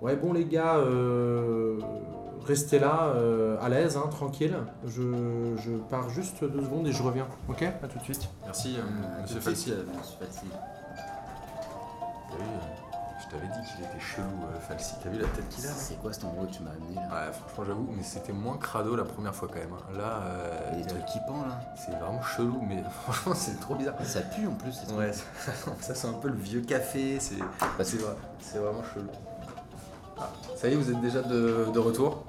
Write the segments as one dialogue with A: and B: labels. A: Ouais, bon les gars, euh, restez là, euh, à l'aise, hein, tranquille. Je, je pars juste deux secondes et je reviens. Ok À tout de suite.
B: Merci, euh,
C: Ah,
B: monsieur
C: tout de
B: Falsi.
C: suite, euh, monsieur Falsi.
B: T'as vu, euh, je t'avais dit qu'il était chelou, euh, Falsi. T'as vu la tête qu'il a là
C: C'est quoi cet embrouille que tu m'as amené là
B: Ouais, franchement, j'avoue, mais c'était moins crado la première fois quand même. hein. Là, euh,
C: Il y a Des
B: euh,
C: trucs qui pendent là.
B: c'est vraiment chelou, mais franchement, c'est trop bizarre.
C: Ça pue en plus. ces trucs.
B: Ouais, ça, ça, c'est un peu le vieux café, c'est
C: Parce
B: c'est
C: que-
B: vrai- c'est vraiment chelou. Ah, ça y est, vous êtes déjà de, de retour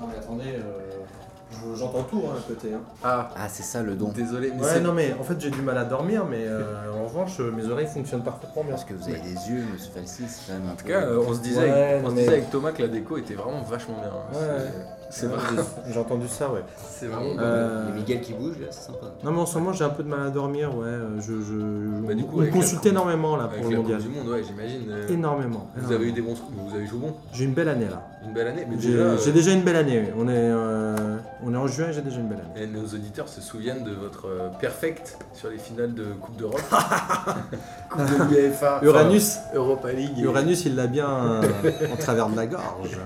A: Non mais attendez,
B: euh,
A: j'entends tout à côté.
B: Ah,
C: Ah, c'est ça le don.
B: désolé, mais
A: Ouais,
B: c'est-
A: non mais en fait j'ai du mal à dormir, mais euh, en revanche euh, mes oreilles fonctionnent parfaitement bien.
C: Parce que vous avez des yeux, monsieur Falsi, c'est quand même un
B: En tout cas, euh, on se disait,
A: Ouais,
B: avec, on
A: non,
B: se
A: mais-
B: disait avec Thomas que la déco était vraiment vachement bien. hein.
A: Ouais.
B: C'est- C'est
A: Ouais,
B: vrai.
A: j'ai- J'ai entendu ça, ouais.
B: C'est
C: Et
B: vraiment.
A: Euh,
C: le Miguel qui bouge là, c'est sympa.
A: Non mais en ce moment j'ai un peu de mal à dormir, ouais. euh, Je, je,
B: Bah, du
A: on-
B: coup,
A: on
B: avec la
A: consulte
B: coupe-
A: énormément là
B: avec
A: pour
B: la
A: le
B: Coupe
A: mondial.
B: du monde, ouais, j'imagine. euh,
A: Énormément.
B: Vous avez eu des bons trucs, vous avez joué bon.
A: J'ai une belle année là.
B: Une belle année, mais
A: Ah. J'ai
B: déjà. euh,
A: j'ai déjà une belle année. oui. On est, euh, on est en juin, j'ai déjà une belle année.
B: euh, Et nos auditeurs se souviennent de votre euh, perfect sur les finales de Coupe d'Europe. coupe de l'UEFA.
A: Uranus,
B: Europa League. et-
A: Uranus, Ah, il l'a bien euh, en travers de la gorge.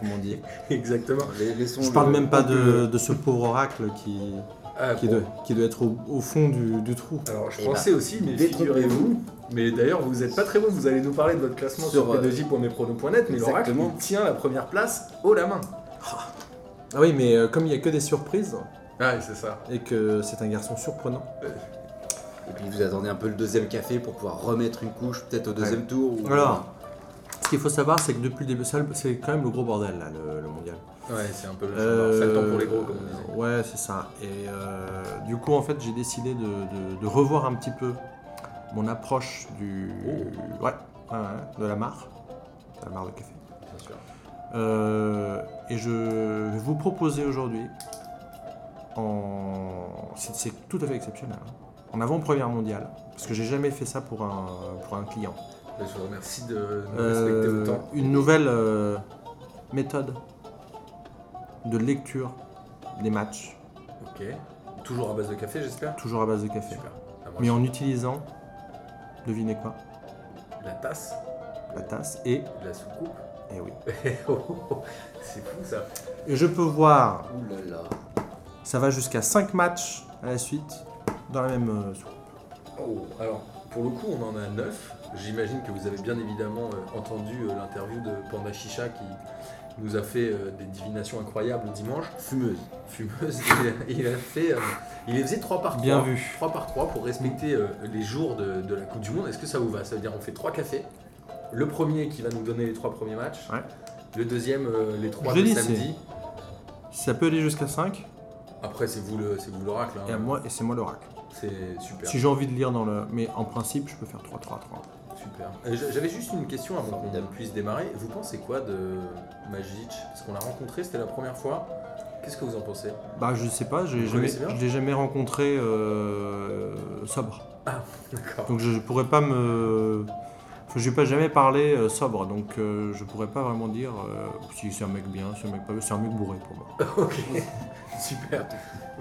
A: Comment dire
B: Exactement.
A: Je parle même pas de, de ce pauvre oracle qui,
B: Ah,
A: qui,
B: bon.
A: doit, qui doit être au, au fond du, du trou.
B: Alors je
C: Eh
B: pensais aussi, mais
C: détrompez-vous.
B: figurez-vous. Mais d'ailleurs, vous n'êtes pas très bon, vous allez nous parler de votre classement sur,
C: Sur, euh,
B: p2j.mespronos.net, mais l'oracle
C: exactement.
B: il tient la première place haut la main.
A: Ah oui, mais euh, comme il y a que des surprises
B: Ah, c'est ça.
A: et que c'est un garçon surprenant.
C: Et puis vous attendez un peu le deuxième café pour pouvoir remettre une couche, peut-être au deuxième tour. Ou...
A: Alors, ce qu'il faut savoir, c'est que depuis le début, ça, c'est quand même le gros bordel là, le- le mondial.
B: Ouais, c'est un peu le
A: Euh,
B: ça le temps pour les gros, comme on disait.
A: Ouais, c'est ça. Et euh, du coup, en fait, j'ai décidé de, de- de revoir un petit peu mon approche du.
B: Oh.
A: Ouais, ouais, ouais, de la mare. De la mare de café.
B: Bien sûr.
A: Euh, et je vais vous proposer aujourd'hui, en... c'est c'est tout à fait exceptionnel, hein, en avant-première mondiale, parce que j'ai jamais fait ça pour un, pour un client.
B: Je vous remercie de nous respecter
A: Euh,
B: autant.
A: une nouvelle euh, méthode de lecture des matchs,
B: Ok. Toujours à base de café, j'espère.
A: toujours à base de café,
B: Super. Ah, moi,
A: mais en utilisant, devinez quoi,
B: La tasse,
A: la tasse et,
B: la soucoupe. Oh,
A: eh oui.
B: c'est fou ça.
A: Et je peux voir,
C: Ouh là là.
A: ça va jusqu'à 5 matchs à la suite dans la même euh, soupe.
B: Oh, alors, pour le coup, on en a 9. J'imagine que vous avez bien évidemment euh, entendu euh, l'interview de Panda Chicha qui nous a fait euh, des divinations incroyables dimanche.
C: Fumeuse.
B: Fumeuse, il, a- il a fait. euh, il les faisait 3 par 3.
A: Bien vu.
B: 3 par 3 pour respecter euh, les jours de, de la Coupe du Monde. Est-ce que ça vous va Ça veut dire on fait 3 cafés. Le premier qui va nous donner les 3 premiers matchs.
A: Ouais.
B: Le deuxième, euh, les 3
A: Je
B: de
A: l'ai dit,
B: samedi.
A: Ça peut aller jusqu'à 5
B: Après, c'est vous le- c'est vous l'oracle. hein.
A: et, à moi, et c'est moi l'oracle.
B: C'est super.
A: Si j'ai envie de lire dans le. Mais en principe, je peux faire 3-3-3.
B: Super. Euh, j'a- J'avais juste une question avant qu'on
C: Formidable.
B: puisse démarrer. Vous pensez quoi de Magic Parce qu'on l'a rencontré, c'était la première fois. Qu'est-ce que vous en pensez
A: Bah, je sais pas, j'ai
B: Vous
A: jamais,
B: connaissez bien
A: je l'ai jamais rencontré euh, sobre.
B: D'accord.
A: Donc je, je pourrais pas me. Enfin, je lui ai pas jamais parlé euh, sobre, donc euh, je pourrais pas vraiment dire euh, si c'est un mec bien, si c'est un mec pas bien, c'est un mec bourré pour moi.
B: ok. Super.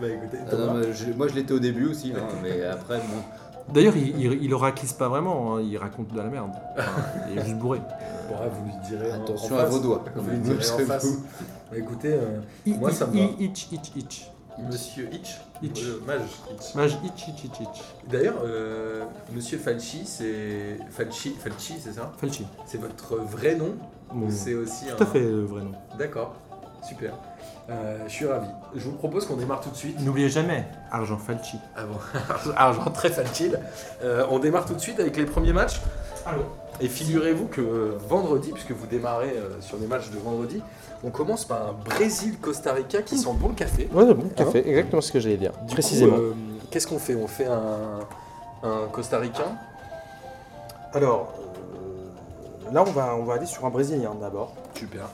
B: Bah écoutez,
C: Ah
B: Thomas.
C: non, mais je- moi je l'étais au début aussi, hein, mais après, bon.
A: D'ailleurs, il, il, il le raclisse pas vraiment, hein, il raconte de la merde. Enfin, il est juste bourré.
B: Bon, là, vous lui direz. en-
C: Attention
B: en
C: à
B: face.
C: vos doigts.
B: Vous lui direz en face. Bah, écoutez, euh, Moi, ça me va.
A: Itch, itch, itch.
B: monsieur Hitch.
A: Hitch.
B: euh, Mage Hitch.
A: Mage, itch, itch, itch, itch.
B: D'ailleurs, euh, monsieur Falchi, c'est. Falchi, Falchi c'est ça
A: Falchi.
B: C'est votre vrai nom
A: Bon,
B: ou c'est aussi un.
A: Tout à fait le vrai nom.
B: D'accord. Super. Euh, je suis ravi. Je vous propose qu'on démarre tout de suite.
A: N'oubliez jamais, Argent Falchi.
B: Ah bon, argent très facile. Euh, on démarre tout de suite avec les premiers matchs.
A: Allô
B: Et figurez-vous que euh, vendredi, puisque vous démarrez euh, sur les matchs de vendredi, on commence par un Brésil-Costa Rica qui sent bon le café.
A: Ouais, c'est bon,
B: tout à fait,
A: exactement ce que j'allais dire.
B: Du coup, euh, Qu'est-ce qu'on fait On fait un, un Costaricain
A: Alors, euh, là, on va, on va aller sur un Brésilien d'abord.
B: Super.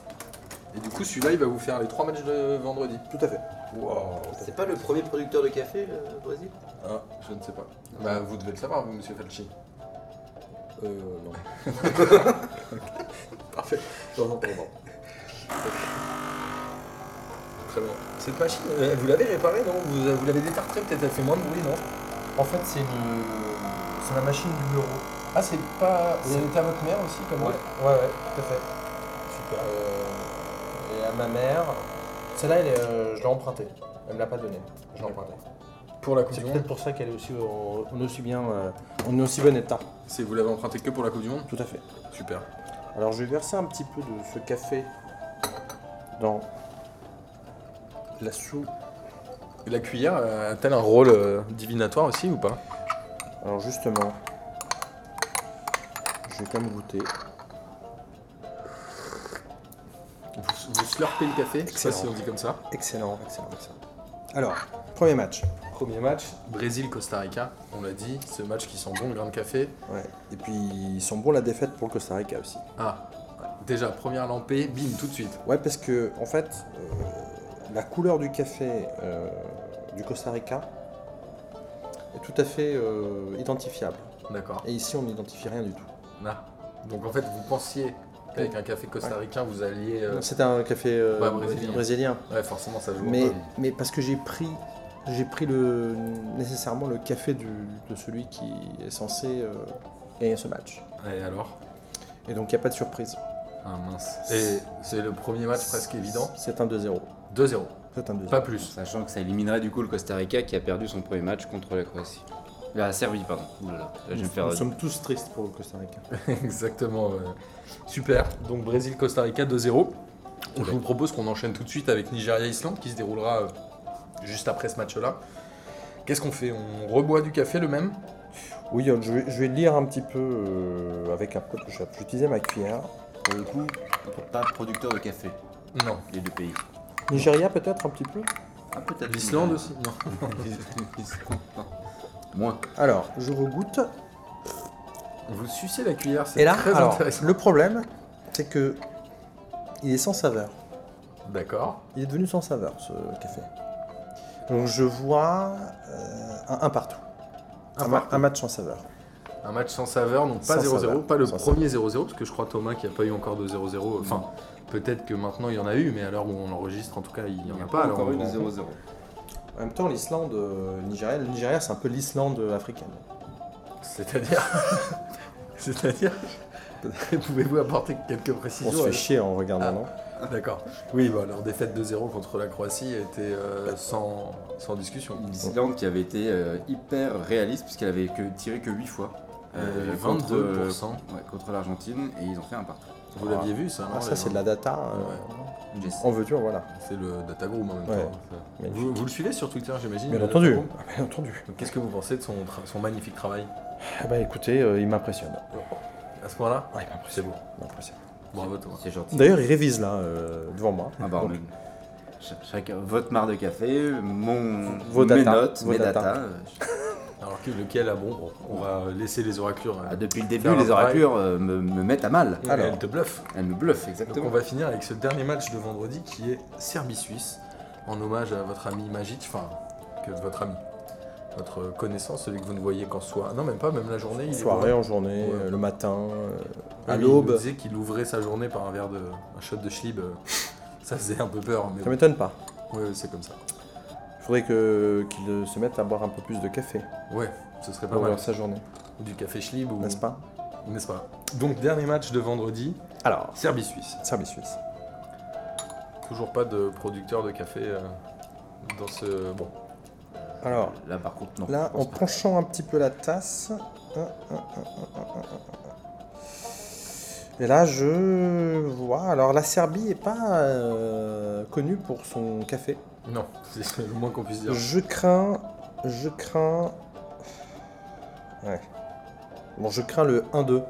B: Et du coup, celui-là, il va vous faire les trois matchs de vendredi.
A: Tout à fait.
B: Wow.
C: C'est pas le premier producteur de café, le Brésil
B: Ah, je ne sais pas. Bah, vous devez le savoir, vous, monsieur Falchi.
C: Euh, non.
B: Parfait.
C: Non, non, non.
B: Très bien. Cette machine, euh, vous l'avez réparée, non vous, vous l'avez détartrée, peut-être elle fait moins de bruit, non
A: En fait, c'est une... c'est la machine du bureau. Ah, c'est pas. Vous avez été à votre mère aussi, comme moi Ouais, ouais, tout à fait. Super. Euh, Et à ma mère. Celle-là, elle est, euh, je l'ai empruntée. Elle me l'a pas donnée. Je l'ai empruntée.
B: Pour la Coupe
A: C'est
B: du Monde
A: peut-être pour ça qu'elle est aussi, en, en aussi bien, euh, en aussi bon état.
B: C'est- Vous l'avez emprunté que pour la Coupe du Monde
A: Tout à fait.
B: Super.
A: Alors, je vais verser un petit peu de ce café dans la soupe.
B: Et la cuillère euh, a-t-elle un rôle euh, divinatoire aussi ou pas
A: Alors justement, je vais quand même goûter.
B: vous, vous slurpez le café, je sais
A: Excellent.
B: pas si on dit comme ça.
A: Excellent, excellent, excellent. Alors, premier match. Premier match.
B: Brésil-Costa Rica, on l'a dit, ce match qui sent bon, le grain de café.
A: Ouais. Et puis, ils sont bons la défaite pour le Costa Rica aussi.
B: Ah, déjà, première lampée, bim, tout de suite.
A: Ouais, parce que, en fait, euh, la couleur du café euh, du Costa Rica est tout à fait euh, identifiable.
B: D'accord.
A: Et ici, on n'identifie rien du tout.
B: Ah. Donc en fait, vous pensiez qu'avec un café costaricain, vous alliez. euh,
A: C'était un café euh,
B: Ouais, brésilien.
A: brésilien.
B: Ouais, forcément, ça joue. un
A: Mais,
B: peu.
A: mais parce que j'ai pris, j'ai pris le, nécessairement le café du, de celui qui est censé euh, gagner ce match.
B: Et alors
A: Et donc, il n'y a pas de surprise.
B: Ah mince. Et c'est le premier match presque évident.
A: C'est un 2-0.
B: 2-0,
A: C'est un 2-0.
B: pas plus.
C: Sachant que ça éliminerait du coup le Costa Rica qui a perdu son premier match contre la Croatie. Euh, La Serbie, pardon. Ouh là là, là, je vais me faire. euh,
A: Nous sommes tous tristes pour le Costa Rica.
B: Exactement. euh, Super. Donc Brésil-Costa Rica 2-0. Je vous propose qu'on enchaîne tout de suite avec Nigeria-Islande qui se déroulera euh, juste après ce match-là. Qu'est-ce qu'on fait On reboit du café le même
A: Oui, euh, je vais, je vais lire un petit peu euh, avec un peu de chape. J'utilisais ma cuillère.
C: Pour le coup, pas producteur de café,
B: Non.
C: les deux pays.
A: Nigeria peut-être un petit peu
C: Ah, peut-être.
B: L'Islande aussi Non.
C: L'Islande, non. Moins.
A: Alors, je regoute.
B: Vous sucez la cuillère, c'est
A: Et là,
B: très
A: alors,
B: intéressant.
A: le problème, c'est que il est sans saveur.
B: D'accord.
A: Il est devenu sans saveur, ce café. Donc je vois euh, un, un partout.
B: Un
A: Un, ma-
B: partout.
A: un match sans saveur.
B: Un match sans saveur, donc pas
A: Sans
B: 0-0,
A: saveur,
B: pas le
A: sans
B: premier 0-0, parce que je crois Thomas qu'il n'y a pas eu encore de 0-0. Enfin, peut-être que maintenant il y en a eu, mais à l'heure où on l'enregistre, en tout cas, il n'y en a pas. alors on-
A: En même temps, l'Islande, euh, Nigeria, le Nigeria, c'est un peu l'Islande euh, africaine.
B: C'est-à-dire. C'est-à-dire. Pouvez-vous apporter quelques précisions
A: On se fait
B: euh,
A: chier en regardant, non
B: D'accord. Oui, bah, leur défaite 2-0 contre la Croatie était euh, sans, sans discussion.
C: L'Islande qui avait été euh, hyper réaliste puisqu'elle avait que, tiré que 8 fois.
B: Euh,
C: euh, contre, euh,
B: 22%.
C: ouais, contre l'Argentine et ils ont fait un partout.
B: Vous l'aviez vu ça non,
A: Ah, ça,
B: les
A: c'est de
B: gens
A: la data. euh, En veux-tu, en voilà.
B: C'est le data group en même
A: Ouais.
B: temps. hein. Vous,
A: Magnifique.
B: vous le suivez sur Twitter, j'imagine
A: Bien
B: le
A: entendu.
B: Data Group
A: Ah, Bien entendu.
B: Donc, Qu'est-ce que vous pensez de son, tra- son magnifique travail
A: Ah bah écoutez, euh, il m'impressionne.
B: à ce moment-là
A: Ouais, il m'impressionne.
B: C'est beau.
A: il m'impressionne.
B: Bravo Thomas.
C: C'est gentil.
A: D'ailleurs, il révise là, euh, devant moi.
C: Ah bah,
A: Donc,
C: mais ch- chacun, votre marre de café, mon,
A: Vos
C: mes
A: data,
C: notes,
A: vos
C: mes
A: data.
C: data. euh,
B: Alors que lequel a bon, bon, on va laisser les oraclures.
C: Ah,
B: euh,
C: depuis
B: Faire
C: le début,
B: leur
C: les oraclures euh, me, me mettent à mal.
B: et
A: alors.
B: Elle te bluffe.
C: Elles me bluffent,
B: Donc on
C: exactement.
B: va finir avec ce dernier match de vendredi qui est Serbie-Suisse, en hommage à votre ami magique, enfin, que votre ami, votre connaissance, celui que vous ne voyez qu'en soi. Non, même pas, même la journée.
A: en
B: il est
A: soirée,
B: beau.
A: en journée,
B: Ouais. Ah
A: euh, le matin, euh, à
B: Oui, il nous
A: l'aube.
B: disait qu'il ouvrait sa journée par un verre de. un shot de schlib. euh, Ça faisait un peu peur, mais
A: Ça m'étonne pas.
B: bon. ouais, ouais, c'est comme ça.
A: Il faudrait que- qu'il euh, se mette à boire un peu plus de café
B: Ah Ouais, Mmh. ce serait pas
A: pour
B: mal.
A: sa journée,
B: Ou du café schlib, ou.
A: n'est-ce pas
B: N'est-ce pas Donc, dernier match de vendredi,
A: Alors,
B: Serbie-Suisse.
A: Serbie Suisse.
B: Toujours pas de producteur de café euh, dans ce. Bon,
A: Alors,
C: Là, par contre, non.
A: là,
C: je
A: en
C: pense pas.
A: penchant un petit peu la tasse. hein, hein, hein, hein, hein, hein, hein. Et là, je vois. Alors, la Serbie n'est pas euh, connue pour son café.
B: non, c'est le moins qu'on puisse dire.
A: Je crains. Je crains. Ouais. Bon, je crains le 1-2.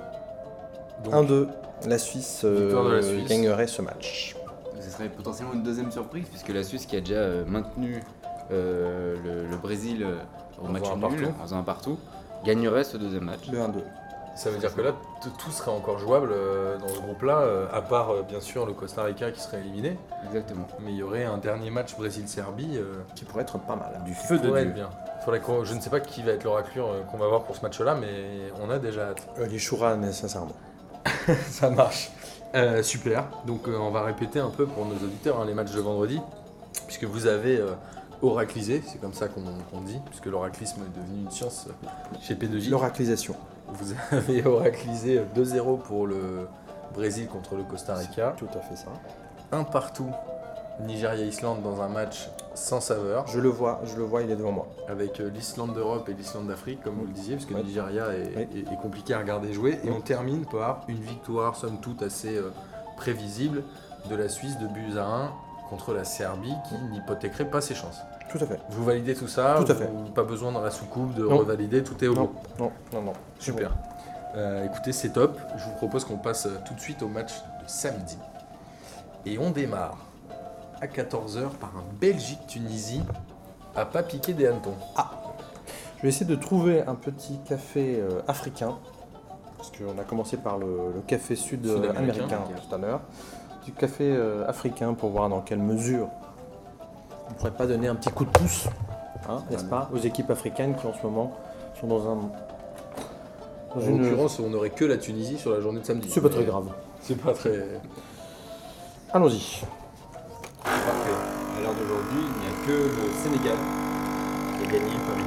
B: Donc,
A: 1-2. La Suisse, euh,
B: Victoire de la Suisse.
A: gagnerait ce match.
C: Ce serait potentiellement une deuxième surprise puisque la Suisse qui a déjà euh, maintenu euh, le, le Brésil euh, au
B: En
C: match
B: faisant un
C: nul,
B: partout.
C: en faisant un partout, gagnerait ce deuxième match.
A: Le 1-2.
B: Ça veut dire que là, t- tout serait encore jouable euh, dans ce groupe-là, euh, à part euh, bien sûr le Costa Rica qui serait éliminé,
C: Exactement.
B: mais il y aurait un dernier match Brésil-Serbie. euh,
A: Qui pourrait être pas mal.
C: Du feu de
B: pourrait être
C: Dieu.
B: bien. Faudrait qu'on- je ne sais pas qui va être l'oraclure euh, qu'on va voir pour ce match-là, mais on a déjà hâte.
A: Euh, les Choura, nécessairement.
B: Ça marche. Euh, super. Donc euh, on va répéter un peu pour nos auditeurs hein, les matchs de vendredi, puisque vous avez euh, oraclisé, c'est comme ça qu'on qu'on dit, puisque l'oraclisme est devenu une science euh, chez P2J.
A: L'oraclisation.
B: Vous avez oraclisé 2-0 pour le Brésil contre le Costa Rica.
A: Tout à fait ça.
B: Un partout, Nigeria-Islande dans un match sans saveur,
A: Je le vois, je le vois, il est devant moi.
B: avec euh, l'Islande d'Europe et l'Islande d'Afrique, comme vous le disiez, parce que
A: Ouais.
B: le Nigeria est,
A: Ouais.
B: est- est compliqué à regarder jouer. Et
A: Ouais.
B: on termine par une victoire, somme toute, assez euh, prévisible de la Suisse de buts à 1 contre la Serbie, qui n'hypothéquerait pas ses chances.
A: Tout à fait.
B: Vous validez tout ça
A: Tout à fait.
B: vous- Pas besoin de la soucoupe, de
A: Non.
B: revalider, tout est au
A: Non,
B: bon.
A: non, non, non.
B: Super. Euh, écoutez, c'est top. Je vous propose qu'on passe euh, tout de suite au match de samedi. Et on démarre à 14h par un Belgique-Tunisie à pas piquer des hannetons.
A: Je vais essayer de trouver un petit café euh, africain. Parce qu'on a commencé par le, le café
B: Sud-américain.
A: sud-américain tout à l'heure. Du café euh, africain pour voir dans quelle mesure on ne pourrait pas donner un petit coup de pouce,
C: Ah,
A: hein, n'est-ce pas, aux équipes africaines qui en ce moment sont dans un. dans
B: En
A: une-
B: l'occurrence, on n'aurait que la Tunisie sur la journée de samedi.
A: C'est pas
B: Mais
A: très grave.
B: C'est pas très.
A: Allons-y.
C: Parfait. À l'heure d'aujourd'hui, il n'y a que le Sénégal qui a gagné par une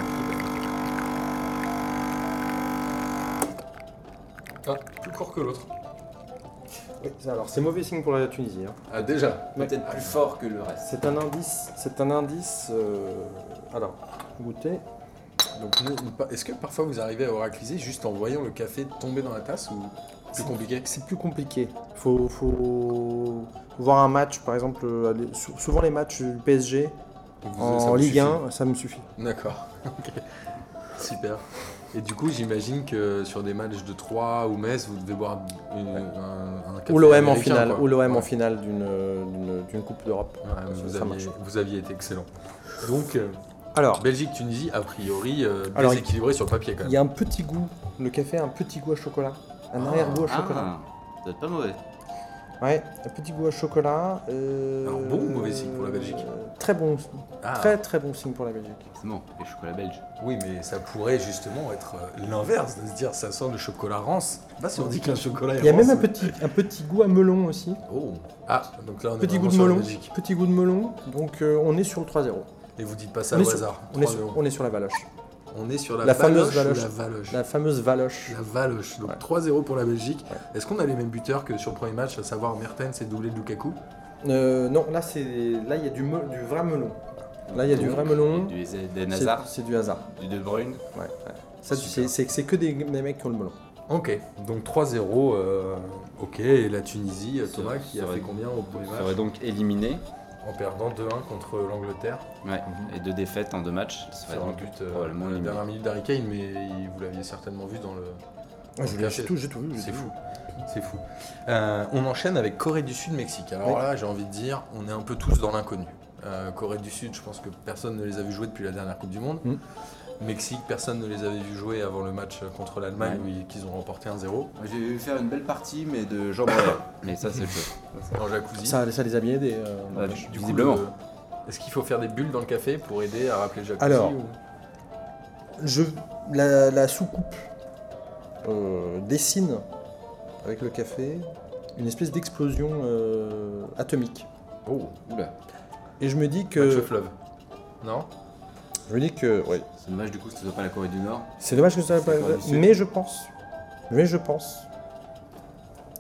C: équipe.
B: Ah, plus court que l'autre.
A: Oui, ça, alors c'est mauvais signe pour la Tunisie. hein.
B: Ah, déjà.
C: Peut-être plus fort que le reste.
A: C'est un indice. C'est un indice. euh, Alors, goûter.
B: Donc, nous, on pa- est-ce que parfois vous arrivez à oracliser juste en voyant le café tomber dans la tasse ou c'est compliqué
A: C'est plus compliqué. Faut, faut voir un match, par exemple, euh, aller- sou- souvent les matchs du PSG
B: Donc, vous- ça
A: en
B: vous
A: Ligue
B: suffit
A: 1, ça me suffit.
B: D'accord, ok. Super. Et du coup, j'imagine que sur des matchs de 3 ou Metz, vous devez boire une- un, un café
A: Ou l'OM en
B: américain,
A: finale,
B: quoi.
A: ou l'OM en
B: Ouais.
A: finale d'une, euh, d'une d'une Coupe d'Europe.
B: Ouais, vous,
A: Ça
B: aviez,
A: marche.
B: vous aviez été excellent. Donc, euh,
A: Alors,
B: Belgique-Tunisie, a priori, euh,
A: Alors,
B: déséquilibré sur le papier quand
A: il
B: même.
A: y a un petit goût, le café a un petit goût à chocolat. Un
B: Ah.
A: arrière-goût à chocolat.
C: ça doit être pas mauvais.
A: Ouais, un petit goût à chocolat. euh,
B: Alors, bon ou mauvais signe pour la Belgique
A: euh, Très bon,
B: Ah,
A: très très bon signe pour la Belgique.
C: C'est bon, les chocolats belges.
B: Oui, mais ça pourrait justement être euh, l'inverse, de se dire ça sent le chocolat rance. Bah, si on dit qu'un chocolat est
A: Il y a
B: rance,
A: même un
B: c'est-
A: petit, un petit goût à melon aussi.
B: Oh. Ah, donc là, on est
A: Petit
B: vraiment
A: goût de
B: sur la
A: melon.
B: Belgique.
A: Petit goût de melon. Donc euh, on est sur le 3-0.
B: Et vous dites pas ça
A: On est
B: au
A: sur-
B: hasard.
A: On est,
B: 3-0.
A: sur, on est sur la valoche.
B: On est sur la,
A: La
B: fameuse
A: fameuse
B: valoche. ou
A: valoche.
B: La valoche.
A: La fameuse valoche.
B: La Valoche, donc
A: Ouais.
B: 3-0 pour la Belgique.
A: Ouais.
B: Est-ce qu'on a les mêmes buteurs que sur le premier match, à savoir Mertens et doublé de Lukaku
A: Euh, non, là c'est là il y a du, me- du vrai melon. Là il y a du
C: Donc,
A: vrai melon.
C: Du Eden
A: C'est-
C: Hazard,
A: C'est du hasard.
C: du De Bruyne.
A: Ouais, ouais. Ça tu
B: Super.
A: sais, c'est c'est que des, des mecs qui ont le melon.
B: Ok, donc 3-0, euh, ok, et la Tunisie, euh,
C: Ça-
B: Thomas qui
C: ça
B: a
C: aurait-
B: fait combien au premier match
C: serait donc éliminé.
B: En perdant 2-1 contre l'Angleterre,
C: Ouais. Et deux défaites en deux matchs. Ça serait
B: sur un
C: donc
B: but euh,
C: probablement
B: la
C: éliminé.
B: dernière minute d'Harry Kane, mais il- vous l'aviez certainement vu dans le...
A: Ah, je
B: Ok,
A: l'ai-
B: c'est-
A: J'ai tout, j'ai tout vu. j'ai
B: C'est
A: tout vu.
B: fou, c'est fou. Euh, on enchaîne avec Corée du Sud-Mexique. Alors
A: Ouais.
B: là, j'ai envie de dire, on est un peu tous dans l'inconnu. Euh, Corée du Sud, je pense que personne ne les a vus jouer depuis la dernière Coupe du Monde.
A: Mm.
B: Mexique, personne ne les avait vus jouer avant le match contre l'Allemagne où ils- qu'ils ont remporté 1-0
C: J'ai vu faire une belle partie, mais de Jean Bruyère. Mais ça, c'est le jeu.
B: en jacuzzi.
A: Ça, ça les a bien aidés. euh,
C: Ouais,
A: n'empêche.
B: du coup,
C: visiblement.
B: le- est-ce qu'il faut faire des bulles dans le café pour aider à rappeler le jacuzzi
A: Alors.
B: ou-
A: je, la, la soucoupe euh, dessine avec le café une espèce d'explosion euh, atomique.
B: Oh,
C: Oula,
A: Et je me dis
B: match
A: que,
B: fleuve. Non
A: je me dis que, ouais,
C: c'est dommage du coup que ce soit pas la Corée du Nord.
A: C'est dommage que ça
C: C'est
A: soit pas.
C: pas du Sud.
A: Mais je pense. Mais je pense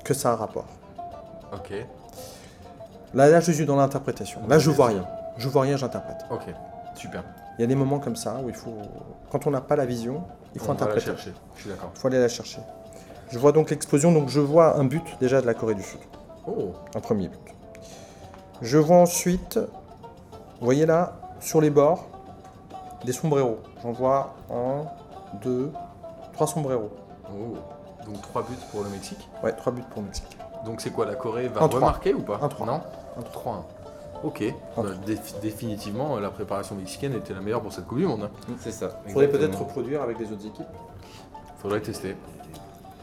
A: que ça a un rapport.
B: Ok,
A: Là, là je suis dans l'interprétation. Là, je vois rien. Je vois rien, j'interprète.
B: ok, super.
A: Il y a des moments comme ça où il faut. Quand on n'a pas la vision, il faut
B: on va la
A: interpréter.
B: chercher, je suis d'accord.
A: Il faut aller la chercher. Je vois donc l'explosion, donc je vois un but déjà de la Corée du Sud.
B: Oh,
A: Un premier but. Je vois ensuite. Vous voyez là, sur les bords, des sombreros. J'en vois un, deux, trois sombreros.
B: oh. Donc 3 buts pour le Mexique
A: Ouais, trois buts pour le Mexique.
B: Donc c'est quoi la Corée va
A: Un trois.
B: remarquer ou pas
A: Un trois.
B: Non
A: Un
B: 3 Ok,
A: Un
B: Bah, déf- définitivement euh, la préparation mexicaine était la meilleure pour cette Coupe du Monde. hein.
C: C'est ça.
A: Il faudrait
C: exactement.
A: peut-être reproduire avec les autres équipes.
B: Faudrait tester.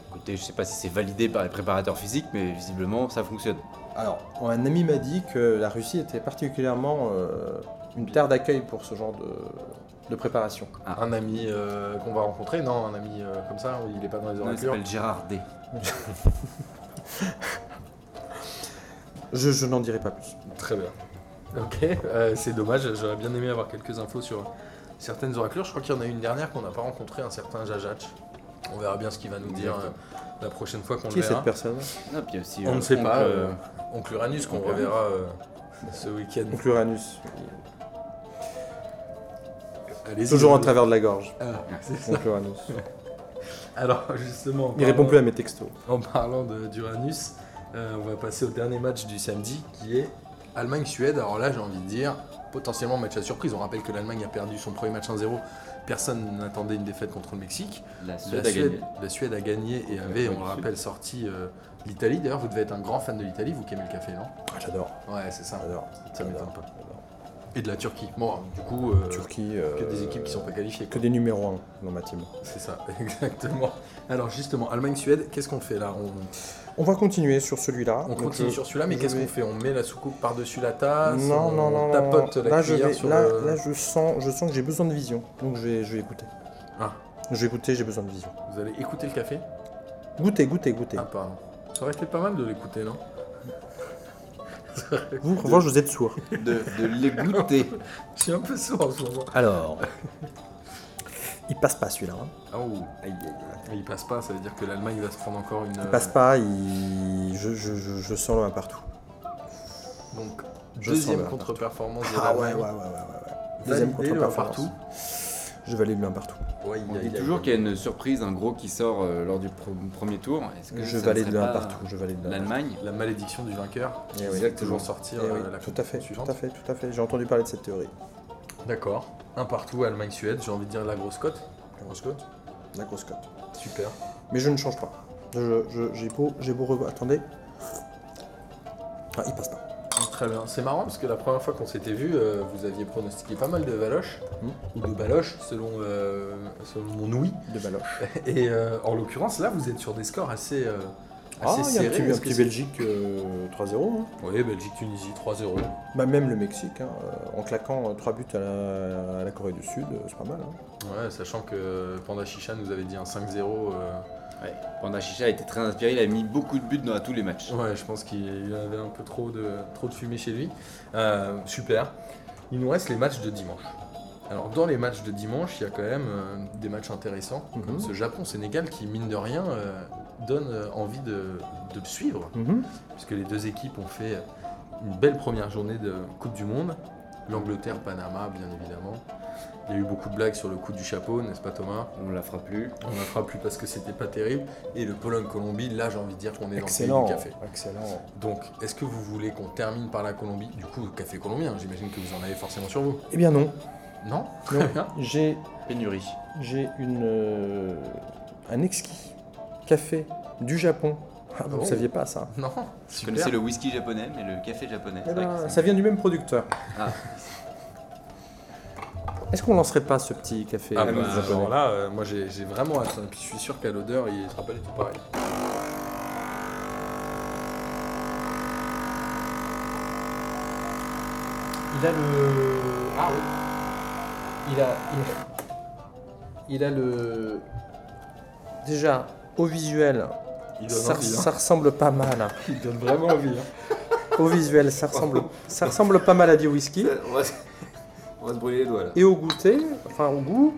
C: Écoutez, je sais pas si c'est validé par les préparateurs physiques, mais visiblement ça fonctionne.
A: Alors, un ami m'a dit que la Russie était particulièrement euh, une terre d'accueil pour ce genre de, de préparation.
C: Ah.
B: Un ami euh, qu'on va rencontrer, non, un ami euh, comme ça, où il est pas dans les
C: Non, il
B: oracles.
C: s'appelle Gérard D.
A: Je, je n'en dirai pas plus.
B: Très bien. Ok, euh, c'est dommage, j'aurais bien aimé avoir quelques infos sur certaines oraclures. Je crois qu'il y en a une dernière qu'on n'a pas rencontrée, un certain Jajac. On verra bien ce qu'il va nous dire
C: Exactement.
B: euh, la prochaine fois qu'on
A: Qui
B: le
A: est cette
B: verra.
A: personne
C: Non, puis aussi,
B: On
C: euh,
B: ne sait
C: Franck,
B: pas.
C: euh,
B: euh, Oncle Uranus qu'on
C: Oncle
B: reverra euh, ce week-end.
A: Donc l'Uranus.
B: Allez-y.
A: Toujours en travers de la gorge.
B: Ah,
A: Donc l'Uranus.
B: Alors justement. en
A: Il répond
B: parlant-
A: plus à mes textos.
B: En parlant de- d'Uranus, euh, on va passer au dernier match du samedi qui est Allemagne-Suède. Alors là, j'ai envie de dire potentiellement match à surprise. On rappelle que l'Allemagne a perdu son premier match 1-0. Personne n'attendait une défaite contre le Mexique.
C: La Suède
B: La
C: a
B: Suède,
C: gagné.
B: la Suède a gagné et avait,
C: Ouais,
B: on le
C: ouais,
B: rappelle, sorti euh, l'Italie. D'ailleurs, vous devez être un grand fan de l'Italie, vous qui aimez le café, non
A: Ah, j'adore,
B: Ouais, c'est ça.
A: j'adore.
B: Ça m'étonne
A: j'adore,
B: pas.
A: j'adore.
B: Et de la Turquie. Bon, du coup, euh,
A: Turquie.
B: que des
A: euh,
B: équipes qui sont pas qualifiées.
A: Que des numéros 1 dans ma team.
B: C'est ça, exactement. Alors justement, Allemagne-Suède, qu'est-ce qu'on fait là On-
A: On va continuer sur celui-là.
B: On
A: Donc,
B: continue
A: je-
B: sur celui-là, mais
A: je
B: qu'est-ce
A: vais-
B: qu'on fait On met la soucoupe par-dessus la tasse
A: Non,
B: on
A: non, non, non,
B: tapote
A: non.
B: euh, la
A: là, je
B: cuillère
A: vais-
B: sur euh,
A: là,
B: le...
A: là, je sens, je sens que j'ai besoin de vision. Donc je vais, je vais écouter.
B: Ah.
A: Je vais écouter, j'ai besoin de vision.
B: Vous allez écouter le café
A: Goûtez, goûtez, goûtez.
B: Ah, pardon. Ça aurait été pas mal de l'écouter, non
A: vous, en revanche, vous êtes sourd.
C: De, de l'égoutter.
B: Je suis un peu sourd en ce moment.
A: Alors. il passe pas celui-là. hein.
B: Ah, ouh. Il passe pas, ça veut dire que l'Allemagne va se prendre encore une...
A: Il passe pas, il... je, je, je, je sens loin partout.
B: Donc,
A: Je sens
B: deuxième
A: le-
B: contre-performance de
A: Ah ouais, ouais,
B: l'Allemagne.
A: ouais, ouais. ouais. Deuxième
B: Deuxième
A: contre
B: partout.
A: Je valide l'un partout.
B: Ouais,
C: On dit toujours qu'il y a une surprise, un gros qui sort euh, lors du pro- premier tour. Est-ce que
A: Je
C: ça ne
A: valide
C: serait
A: l'un
C: pas
A: partout. Je valide l'un.
C: L'Allemagne
B: La malédiction du vainqueur,
A: Eh
B: il
A: oui.
B: va toujours sortir
A: Eh oui,
B: euh, la
A: tout à fait, tout
B: suivante.
A: à fait, tout à fait. J'ai entendu parler de cette théorie.
B: D'accord. Un partout, Allemagne-Suède, j'ai envie de dire la grosse cote. La grosse cote
A: La grosse cote.
B: Super.
A: Mais je ne change pas. Je- je- J'ai beau, j'ai beau revoir. Attendez. Ah, il passe pas.
B: Très bien. C'est marrant parce que la première fois qu'on s'était vu, euh, vous aviez pronostiqué pas mal de valoches,
A: Mm.
B: ou de baloches, selon, euh, selon mon ouïe.
A: De baloche.
B: Et euh, en l'occurrence, là, vous êtes sur des scores assez, euh,
A: Ah, il
B: assez
A: y a un
B: serrés.
A: petit, un
B: Est-ce que
A: petit
B: c'est-
A: Belgique euh, 3-0. hein.
B: Oui, Belgique-Tunisie 3-0.
A: Bah, même le Mexique, hein, euh, en claquant 3 buts à la, à la Corée du Sud, euh, c'est pas mal. hein.
B: Ouais, sachant que euh, Panda Chicha nous avait dit un 5-0. euh,
C: ouais. Panda Chicha a été très inspiré, il a mis beaucoup de buts dans tous les matchs.
B: Ouais, je pense qu'il avait un peu trop de, trop de fumée chez lui. Euh, super. Il nous reste les matchs de dimanche. Alors, dans les matchs de dimanche, il y a quand même euh, des matchs intéressants, comme
A: Mhm.
B: ce Japon-Sénégal qui, mine de rien, euh, donne euh, envie de, de le suivre,
A: Mhm.
B: puisque les deux équipes ont fait euh, une belle première journée de Coupe du Monde. L'Angleterre-Panama, bien évidemment. Il y a eu beaucoup de blagues sur le coup du chapeau, n'est-ce pas, Thomas
C: On la fera plus.
B: On n'en fera plus parce que c'était pas terrible. Et le Pologne-Colombie, là, j'ai envie de dire qu'on est
A: Excellent.
B: dans le pays du café.
A: Excellent.
B: Donc, est-ce que vous voulez qu'on termine par la Colombie Du coup, café colombien, hein, j'imagine que vous en avez forcément sur vous.
A: Eh bien non.
B: Non Hein?
A: Non. J'ai
C: Pénurie.
A: j'ai une euh, un exquis café du Japon. Ah, vous ne
B: Oh.
A: saviez pas ça.
B: Non
C: Je
B: Super.
C: connaissais le whisky japonais, mais le café japonais.
A: Eh
C: c'est vrai
A: ben,
C: que c'est-
A: ça vient du même producteur.
C: Ah.
A: Est-ce qu'on lancerait pas ce petit café
B: Ah
A: euh,
B: bah,
A: japonais
B: alors là, euh, moi j'ai j'ai vraiment hâte. hein. Puis je suis sûr qu'à l'odeur, il sera pas du tout pareil.
A: Il a le. Ah oui. Il a. Il, il a le. Déjà, au visuel,
B: Il donne
A: ça,
B: envie. hein.
A: ça ressemble pas mal. hein.
B: Il donne vraiment envie. hein.
A: Au visuel, ça ressemble, ça ressemble pas mal à du whisky.
C: On va, se... on va se brûler les doigts là.
A: Et au goûter, enfin au goût.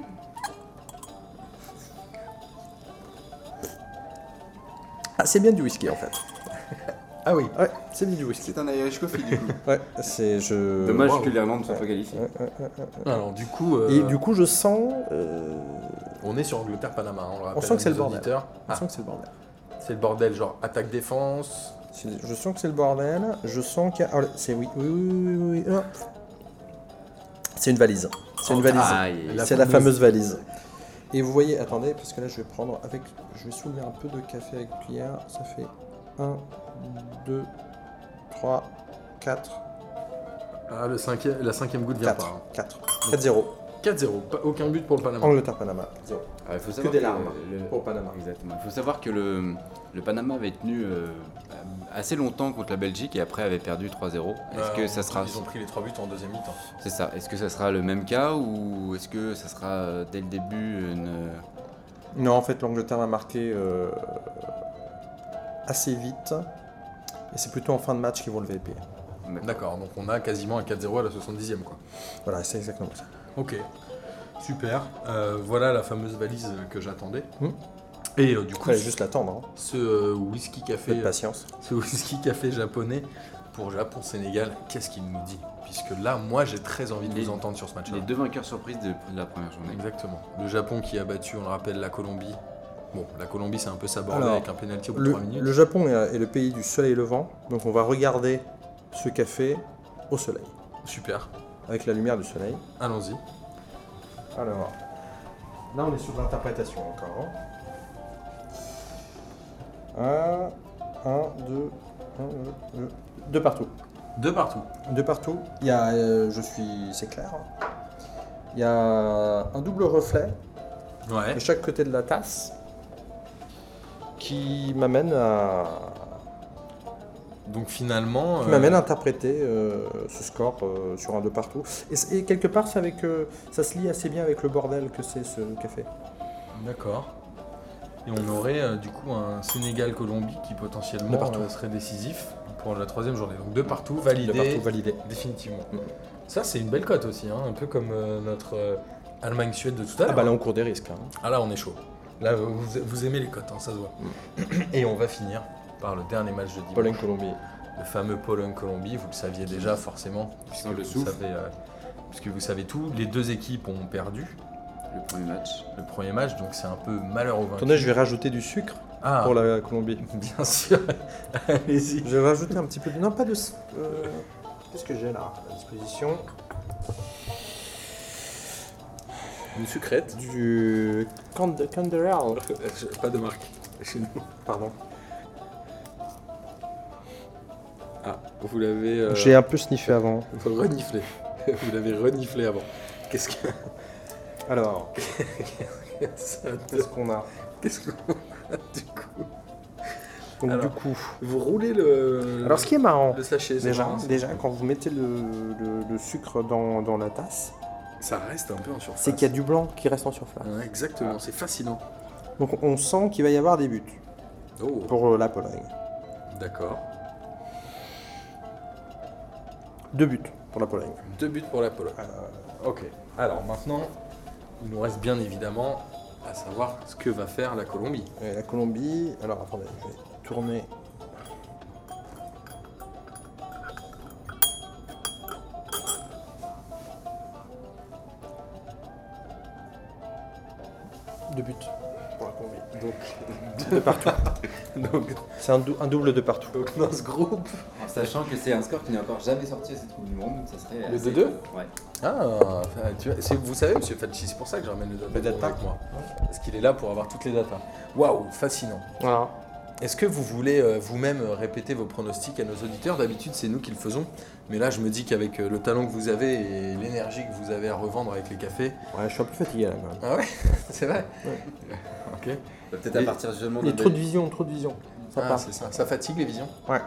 A: Ah, c'est bien du whisky en fait.
B: Ah oui.
A: Ouais, c'est bien du whisky.
C: C'est un Irish coffee du coup.
A: Ouais, c'est. Je...
C: Dommage
B: wow.
C: que l'Irlande soit pas qualifiée.
B: Alors, du coup, euh,
A: Et du coup, je sens. euh,
B: on est sur Angleterre-Panama. hein, On, le rappelle
A: sent que
B: à
A: c'est
B: nos
A: le bordel.
B: auditeurs.
A: Je
B: Ah,
A: sens que c'est le bordel.
B: c'est le bordel, genre attaque-défense.
A: C'est- Je sens que c'est le bordel. Je sens qu'il y a. ah, c'est oui, oui, oui, oui, oui, oui. Ah. C'est une valise. C'est une valise.
C: Aïe.
B: La
A: c'est la
B: Ah, fameuse-
A: fameuse valise. Et vous voyez, attendez, parce que là je vais prendre avec. Je vais soulever un peu de café avec cuillère. Ça fait 1, 2, 3, 4,
B: Ah, le cinquième, la cinquième goutte vient
A: 4.
B: pas. Ah
A: 4. 4-0.
B: hein. 4-0. pas- Aucun but pour le Panama.
A: Angleterre-Panama. 0.
C: Ah, il faut savoir
A: des larmes
C: le-
A: au Panama.
C: Exactement. Il faut savoir que le, le Panama avait tenu euh, assez longtemps contre la Belgique et après avait perdu 3-0. Est-ce
B: Bah,
C: que ça sera
B: Ils ont pris les trois buts en deuxième mi-temps.
C: c'est ça Est-ce que ça sera le même cas ou est-ce que ça sera euh, dès le début une
A: Non, en fait, l'Angleterre a marqué euh, assez vite. Et c'est plutôt en fin de match qu'ils vont lever les pieds.
B: D'accord, donc on a quasiment un 4-0 à la 70e quoi.
A: Voilà, c'est exactement ça.
B: Ok, super. Euh, voilà la fameuse valise que j'attendais.
A: Mm.
B: Et euh, du coup,
A: Fallait juste l'attendre, hein.
B: ce euh, whisky
A: Peu de
B: café,
A: patience.
B: ce whisky café japonais pour Japon Sénégal, qu'est-ce qu'il nous dit Puisque là, moi, j'ai très envie de
C: Les-
B: vous entendre sur ce match-là.
C: Les deux vainqueurs surprises de de la première journée.
B: Exactement. Le Japon qui a battu, on le rappelle, la Colombie. Bon, la Colombie, c'est un peu sabordé
A: Alors,
B: avec un pénalty au bout de
A: Le,
B: 3 minutes.
A: le Japon est, est le pays du soleil levant, donc on va regarder ce café au soleil,
B: Super.
A: avec la lumière du soleil.
B: Allons-y.
A: Alors, là on est sur l'interprétation encore. hein. 1, 1, 2, 1, 2, 2 partout.
B: De partout.
A: De partout. Il y a, euh, je suis, c'est clair. hein. Il y a un double reflet
B: Ouais.
A: de chaque côté de la tasse qui m'amène à,
B: Donc finalement.
A: qui
B: euh,
A: m'amène à interpréter euh, ce score euh, sur un de partout. Et, c'est- et quelque part, c'est avec, euh, ça se lie assez bien avec le bordel que c'est ce café.
B: D'accord. Et on aurait euh, du coup un Sénégal-Colombie qui potentiellement
A: De partout.
B: euh, serait décisif pour la troisième journée. Donc de partout, validé.
A: De partout validé.
B: Définitivement.
A: Mm.
B: Ça, c'est une belle cote aussi, hein, un peu comme euh, notre euh, Allemagne-Suède de tout à
A: Ah
B: l'heure.
A: bah là, on court des risques. hein.
B: Ah là, on est chaud. Là, vous, vous aimez les cotes, hein, ça se voit.
A: Mm.
B: Et on va finir par le dernier match de dimanche.
A: Pologne-Colombie.
B: Le fameux Pologne-Colombie, vous le saviez déjà forcément. Puisque vous,
C: le souffle.
B: savez, euh, puisque vous savez tout, les deux équipes ont perdu
C: Le premier match.
B: le premier match, donc c'est un peu malheur au vaincu.
A: Attendez, je vais rajouter du sucre
B: Ah,
A: pour la Colombie.
B: bien sûr. Allez-y.
A: Je vais rajouter un petit peu de... Non, pas de... euh, Qu'est-ce que j'ai là à disposition
B: Une sucrète.
A: Du... Cand- Canderel.
B: Euh, Pas de marque chez nous.
A: Pardon.
B: Ah, vous l'avez
A: J'ai un peu sniffé avant.
B: reniflé. Vous l'avez reniflé avant. Qu'est-ce que
A: Alors,
B: ça
A: qu'est-ce qu'on a
B: Qu'est-ce qu'on a du coup
A: Donc
B: Alors.
A: du coup...
B: Vous roulez le.
A: Alors, ce qui est marrant,
B: le sachet, c'est
A: déjà,
B: marrant, ça. hein
A: déjà quand vous mettez le, le- le sucre dans, dans la tasse,
B: Ça reste un peu en surface.
A: c'est qu'il y a du blanc qui reste en surface.
B: Ouais, exactement, c'est fascinant.
A: Donc on sent qu'il va y avoir des buts
B: Oh,
A: pour euh, la Pologne.
B: d'accord.
A: Deux buts pour la Pologne.
B: Deux buts pour la Pologne.
A: Euh,
B: Ok. Alors maintenant, il nous reste bien évidemment à savoir ce que va faire la Colombie.
A: Et Euh, la Colombie. Alors attendez, je vais tourner. Deux buts pour la Colombie.
B: Donc,
A: De partout.
B: donc,
A: C'est un, dou- un double de partout.
B: donc dans ce groupe.
C: En sachant que c'est un score qui n'est encore jamais sorti à cette Coupe du Monde, donc ça serait.
B: Le
C: assez-
B: 2-2
C: Ouais.
B: Ah, tu vois, c'est- vous savez, monsieur Fatchi, c'est pour ça que je ramène le data.
A: data.
B: avec moi. Parce qu'il est là pour avoir toutes les datas. Waouh, fascinant.
A: Voilà.
B: Est-ce que vous voulez euh, vous-même euh, répéter vos pronostics à nos auditeurs D'habitude, c'est nous qui le faisons. Mais là, je me dis qu'avec euh, le talent que vous avez et l'énergie que vous avez à revendre avec les cafés.
A: Ouais, je suis un peu fatigué là quand même.
B: Ah ouais C'est vrai Ok.
C: Bah, Peut-être
A: Et-
C: à partir du jeu de monde.
A: Il y a
C: on
A: trop
C: va-
A: de vision, trop de vision. Ça
B: Ah,
A: part.
B: c'est ça. Ça fatigue les visions
A: Ouais.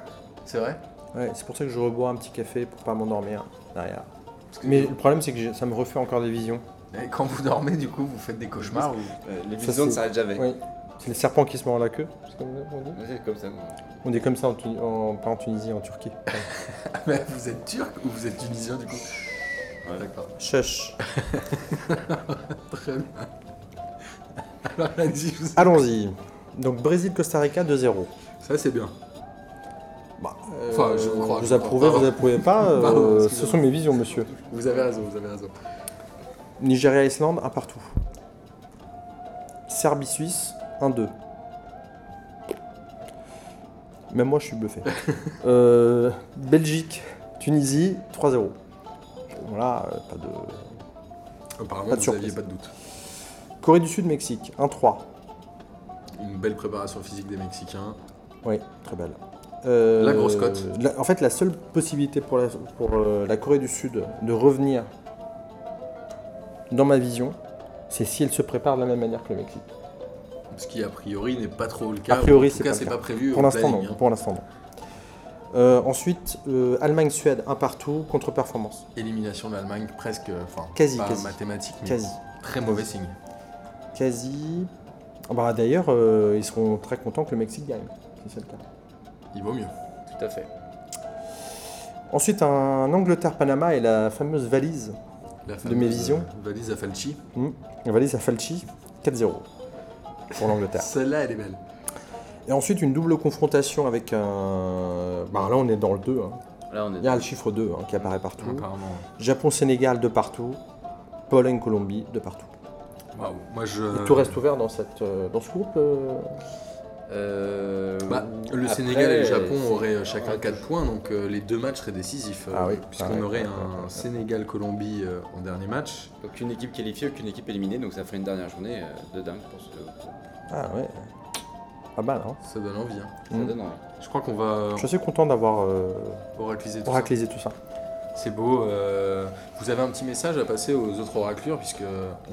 B: C'est vrai
A: Ouais, c'est pour ça que je rebois un petit café pour pas m'endormir derrière.
B: Parce que
A: Mais le problème c'est que j'ai- ça me refait encore des visions.
B: Et quand vous dormez, du coup, vous faites des cauchemars ou...
C: Euh, Les
A: Ça,
C: visions ne
A: c'est-
C: s'arrêtent jamais.
A: Oui. C'est les serpents qui se mordent la queue, c'est comme ça qu'on dit
C: Ouais, C'est comme ça. qu'on-
A: On est comme ça en, Tuni- en- pas en Tunisie, en Turquie.
B: Ah, mais vous êtes turc ou vous êtes tunisien, du coup
C: Ouais.
B: D'accord.
A: Chuch.
B: Très bien. Alors, allez-y, je vous-
A: Allons-y. Donc Brésil-Costa Rica 2-0.
B: ça, c'est bien.
A: Bah,
B: Enfin, je vous crois, je
A: Vous
B: vous
A: approuvez,
B: crois.
A: vous approuvez pas. euh,
B: Pardon,
A: ce
B: excusez-moi.
A: sont mes visions, monsieur.
B: Vous avez raison, vous avez raison.
A: Nigeria-Islande, un partout. Serbie-Suisse, 1-2. Même moi, je suis bluffé. Euh, Belgique-Tunisie, 3-0. Bon, là, euh, pas de.
B: Apparemment,
A: Pas de
B: vous
A: surprise.
B: n'aviez pas de doute.
A: Corée du Sud-Mexique, 1-3.
B: Une belle préparation physique des Mexicains.
A: Oui, très belle. Euh,
B: La grosse cote.
A: la- en fait, la seule possibilité pour, la, pour euh, la Corée du Sud de revenir dans ma vision, c'est si elle se prépare de la même manière que le Mexique.
B: Ce qui, a priori, n'est pas trop le cas.
A: A priori,
B: en tout
A: c'est
B: cas,
A: pas le
B: c'est
A: cas.
B: pas prévu.
A: Pour
B: au
A: l'instant,
B: planning,
A: non.
B: hein.
A: Pour l'instant, non. Euh, ensuite, euh, Allemagne-Suède, un partout, contre-performance.
B: hein. Élimination de l'Allemagne, presque. euh, Enfin,
A: Quasi,
B: pas
A: quasi.
B: mathématique, mais
A: Quasi.
B: très mauvais signe.
A: Quasi. Ah Bah, D'ailleurs, euh, ils seront très contents que le Mexique gagne, si c'est le cas.
B: Il vaut mieux.
C: Tout à fait.
A: Ensuite, un Angleterre-Panama et la fameuse valise.
B: La
A: De mes
B: fameuse,
A: visions.
B: euh, Valise à Falchi.
A: La valise à Falchi, 4-0. pour l'Angleterre.
B: Celle-là, elle est belle.
A: Et ensuite, une double confrontation avec un. Bah, là, on est dans le 2. hein.
C: Là, on est.
A: Il y a le chiffre 2 hein, qui apparaît partout.
B: Apparemment.
A: Japon-Sénégal de partout. Pologne-Colombie de partout.
B: Waouh. Moi, je.
A: Et tout reste ouvert dans, cette, euh, dans ce groupe. euh,
C: Euh,
B: Bah, le
C: après,
B: Sénégal et le Japon
C: c'est-
B: auraient euh, chacun 4 points, donc euh, les deux matchs seraient décisifs. euh,
A: Ah oui,
B: Puisqu'on
A: pareil.
B: aurait un Sénégal-Colombie euh, en dernier match.
C: Aucune équipe qualifiée, aucune équipe éliminée, donc ça ferait une dernière journée euh, de dingue pour ce.
A: Ah ouais. Pas mal, hein.
B: Ça donne envie. hein.
C: Ça
A: Mm.
C: donne envie.
B: Je crois qu'on va
A: Je suis assez content d'avoir euh,
B: oracliser tout ça.
A: oraclisé tout ça.
B: C'est beau. euh, vous avez un petit message à passer aux autres oraclures, puisque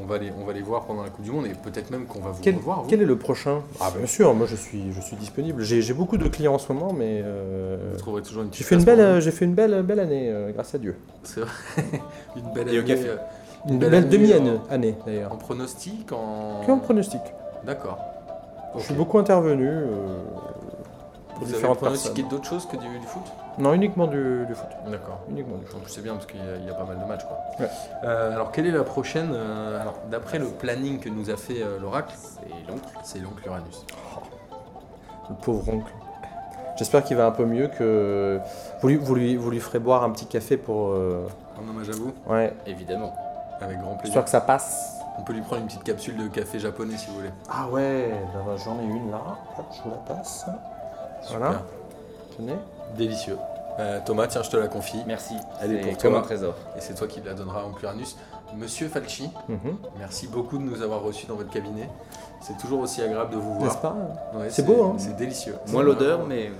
B: on va les, on va les voir pendant la Coupe du Monde et peut-être même qu'on va vous
A: Quel,
B: revoir. vous.
A: quel est le prochain Bah,
B: Ah,
A: Bien sûr, moi je suis, je suis disponible. J'ai j'ai beaucoup de clients en ce moment, mais euh,
B: Vous trouverez toujours une
A: j'ai
B: petite
A: fait une
B: place
A: belle,
B: pour
A: euh, j'ai fait une belle, belle année, euh, grâce à Dieu.
B: vous. C'est vrai. une belle
C: Et au
B: année,
C: café.
B: euh,
A: Une
B: belle
A: belle,
B: année,
A: demi-année, année, d'ailleurs.
B: En pronostic, en.
A: Que en pronostic.
B: D'accord.
A: Je suis
B: Ok.
A: beaucoup intervenu. euh, pour
B: Vous avez
A: différentes
B: pronostiqué
A: personnes.
B: d'autres choses que du, du foot
A: Non, uniquement du, du foot.
B: D'accord.
A: Uniquement du foot.
B: En plus, c'est bien parce qu'il y, a- il y a pas mal de matchs. Quoi.
A: Ouais.
B: Euh, alors, quelle est la prochaine euh, Alors, d'après le planning que nous a fait euh, l'oracle,
C: C'est long.
B: c'est l'oncle Uranus.
A: Le pauvre oncle. J'espère qu'il va un peu mieux que. Vous lui, vous lui, vous lui ferez boire un petit café pour. euh,
B: En hommage à vous,
A: Ouais.
C: Évidemment.
B: avec grand plaisir.
A: J'espère que ça passe.
B: On peut lui prendre une petite capsule de café japonais si vous voulez.
A: Ah ouais, ben, j'en ai une là. Hop, je vous la passe. Voilà. Tenez.
B: Super. Délicieux. Euh, Thomas, tiens, je te la confie.
C: Merci.
B: Elle est
C: C'est
B: pour
C: comme
B: toi.
C: un trésor.
B: Et c'est toi qui la donneras à oncle Uranus. Monsieur Falchi,
A: Mhm.
B: merci beaucoup de nous avoir reçus dans votre cabinet. C'est toujours aussi agréable de vous
A: N'est-ce
B: voir.
A: pas
B: Ouais,
A: C'est beau, hein Ah.
B: C'est délicieux.
C: Moins
B: C'est
C: l'odeur,
B: vraiment-
C: mais.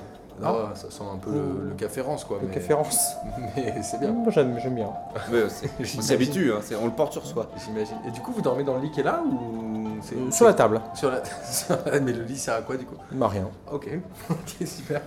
B: Non, ça sent un peu le, le café rance, quoi.
A: Mmh. Le
B: mais-
A: café rance.
B: Mais c'est bien.
A: Moi j'aime j'aime Ah, bien.
C: mais c'est- on s'y habitue, hein, c'est- on le porte sur soi.
B: J'imagine. Et du coup, vous dormez dans le lit qui est là ou c'est
A: Euh, Sur la table.
B: sur la... sur la- Mais le lit sert à quoi du coup
A: Bah rien.
B: Ok, ok, super.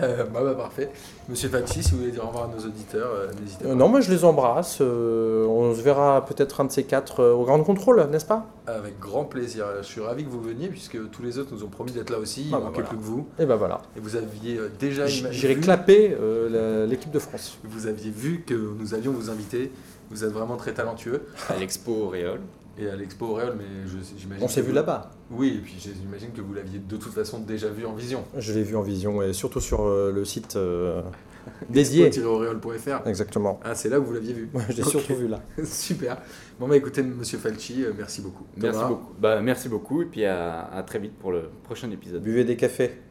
B: Euh, bah, bah, parfait. Monsieur Fatsi, si vous voulez dire au revoir à nos auditeurs, euh, n'hésitez pas.
A: Euh, non, moi je les embrasse. euh, on se verra peut-être un de ces quatre euh, au Grand Contrôle, n'est-ce pas
B: Avec grand plaisir. Je suis ravi que vous veniez puisque tous les autres nous ont promis d'être là aussi. Il
A: Ah, bah,
B: manquait
A: voilà.
B: plus que vous.
A: Et ben voilà.
B: Et vous aviez euh, déjà
A: J-
B: ima-
A: J'irai
B: vu-
A: clapper euh, la- l'équipe de France.
B: Vous aviez vu que nous allions vous inviter. Vous êtes vraiment très talentueux.
C: À l'expo Auréole.
B: Et à l'expo Auréole, mais je- j'imagine.
A: On s'est
B: que
A: vu
B: vous-
A: là-bas.
B: Oui, et puis j'imagine que vous l'aviez de toute façon déjà vu en vision.
A: Je l'ai vu en vision et surtout sur euh, le site euh, dédié.
B: Expo-auréole.fr.
A: Exactement.
B: Ah, c'est là que vous l'aviez vu.
A: Moi, je l'ai
B: Ok.
A: surtout vu là.
B: Super. Bon, bah écoutez, monsieur Falchi, euh, merci beaucoup.
C: Merci
B: Thomas,
C: beaucoup. Bah, merci beaucoup et puis à, à très vite pour le prochain épisode.
A: Buvez des cafés.